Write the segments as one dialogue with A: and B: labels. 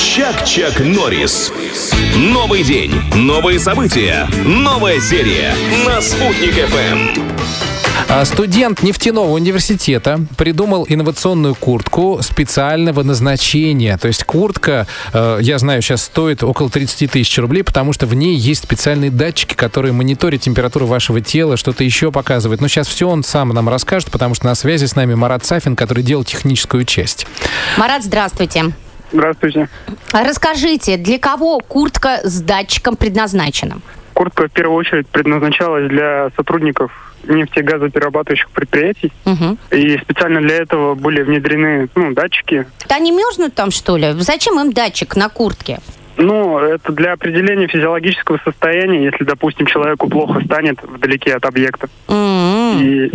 A: Чак-Чак Норрис. Новый день, новые события, новая серия на «Спутник ФМ».
B: А Студент нефтяного университета придумал инновационную куртку специального назначения. То есть куртка, э, я знаю, сейчас стоит около 30 тысяч рублей, потому что в ней есть специальные датчики, которые мониторят температуру вашего тела, что-то еще показывают. Но сейчас все он сам нам расскажет, потому что на связи с нами Марат Сафин, который делал техническую часть.
C: Марат, здравствуйте.
D: Здравствуйте.
C: А Расскажите, для кого куртка с датчиком предназначена?
D: Куртка в первую очередь предназначалась для сотрудников нефтегазоперерабатывающих предприятий.
C: Мгм.
D: И специально для этого были внедрены ну, датчики.
C: Да они мерзнут там, что ли? Зачем им датчик на куртке?
D: Ну, это для определения физиологического состояния, если, допустим, человеку плохо станет вдалеке от объекта.
C: М.
D: И,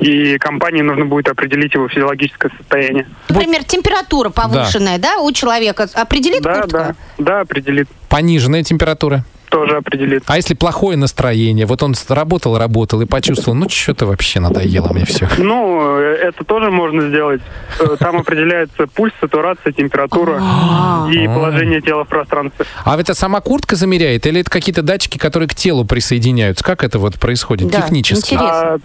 D: и компании нужно будет определить его физиологическое состояние.
C: Например, температура повышенная, да, у человека определит
D: да,
C: куртка?
D: да, да, определит,
B: Пониженная температура.
D: тоже определит.
B: А если плохое настроение? Вот он работал, работал и почувствовал, ну что-то вообще надоело мне все.
D: Ну, э, это тоже можно сделать. Э, Там определяется пульс, сатурация, температура
C: А.
D: и положение тела в пространстве.
B: А это сама куртка замеряет или это какие-то датчики, которые к телу присоединяются? Как это вот происходит
C: Да,
B: технически?
C: интересно.
D: А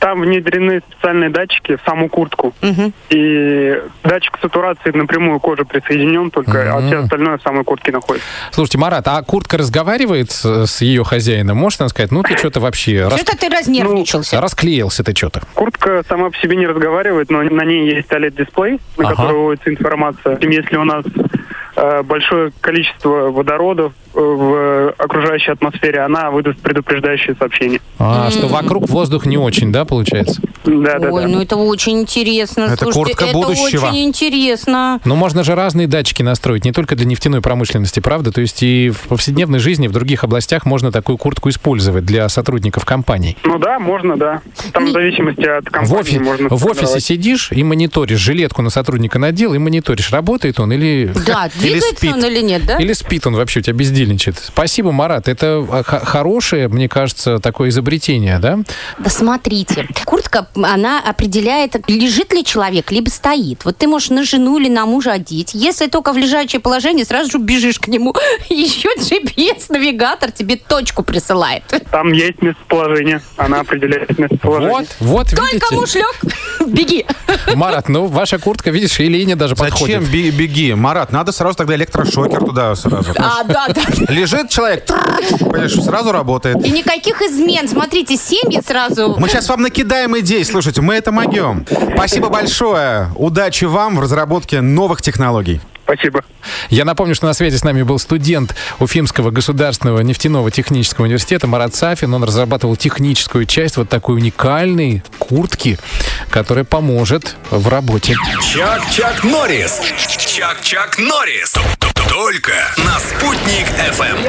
D: там внедрены специальные датчики в саму куртку.
C: Мгм.
D: И датчик сатурации напрямую к коже присоединен, только а все остальное в самой куртке находится.
B: Слушайте, Марат, а куртка разговаривает с, с ее хозяином? Может она сказать, ну ты что-то вообще рас- Ну,
C: Что-то ты разнервничался.
B: расклеился ты что-то?
D: Куртка сама по себе не разговаривает, но на ней есть OLED-дисплей, на
B: Ага.
D: который выводится информация. И Если у нас э, большое количество водородов э, в окружающей атмосфере, она выдаст предупреждающее сообщение.
B: А, что вокруг воздух не очень, да, получается?
D: Да, да,
C: Ой,
D: да.
C: ну это очень интересно.
E: Это
C: Слушайте,
E: куртка
C: это
E: будущего.
C: очень интересно.
B: Но Ну, можно же разные датчики настроить, не только для нефтяной промышленности, правда? То есть и в повседневной жизни в других областях можно такую куртку использовать для сотрудников компаний.
D: Ну да, можно, да. Там в зависимости от
B: В,
D: компании
B: офи-
D: можно
B: в офисе
D: сформировать.
B: сидишь и мониторишь, жилетку на сотрудника надел и мониторишь, работает он или...
C: Да, двигается
B: спит.
C: он или нет, да?
B: Или спит он вообще, у тебя бездельничает. Спасибо, Марат. Это а, х- хорошее, мне кажется, такое изобретение, да?
C: Да смотрите, куртка, она определяет, лежит ли человек, либо стоит. Вот ты можешь на жену или на мужа одеть. Если только в лежачее положение, сразу же бежишь к нему. Еще GPS-навигатор тебе точку присылает.
D: Там есть местоположение. Она определяет местоположение.
B: Вот, вот,
C: Только муж
B: видите?
C: лег, беги.
B: Марат, ну, ваша куртка, видишь, и Лене даже подходит.
E: Зачем бе- беги? Марат, надо сразу тогда электрошокер туда сразу.
C: А, да, да.
E: Лежит человек, трррр, понимаешь, сразу работает.
C: И никаких измен. Смотрите, семьи сразу...
E: Мы сейчас вам накидаем идей, слушайте, мы это могем. Спасибо большое. Удачи вам в разработке новых технологий.
D: Спасибо.
B: Я напомню, что на связи с нами был студент Уфимского государственного нефтяного технического университета Марат Сафин. Он разрабатывал техническую часть вот такой уникальной куртки, которая поможет в работе.
A: Чак-Чак Норрис. Чак-Чак Норрис. Только на «Спутник ФМ».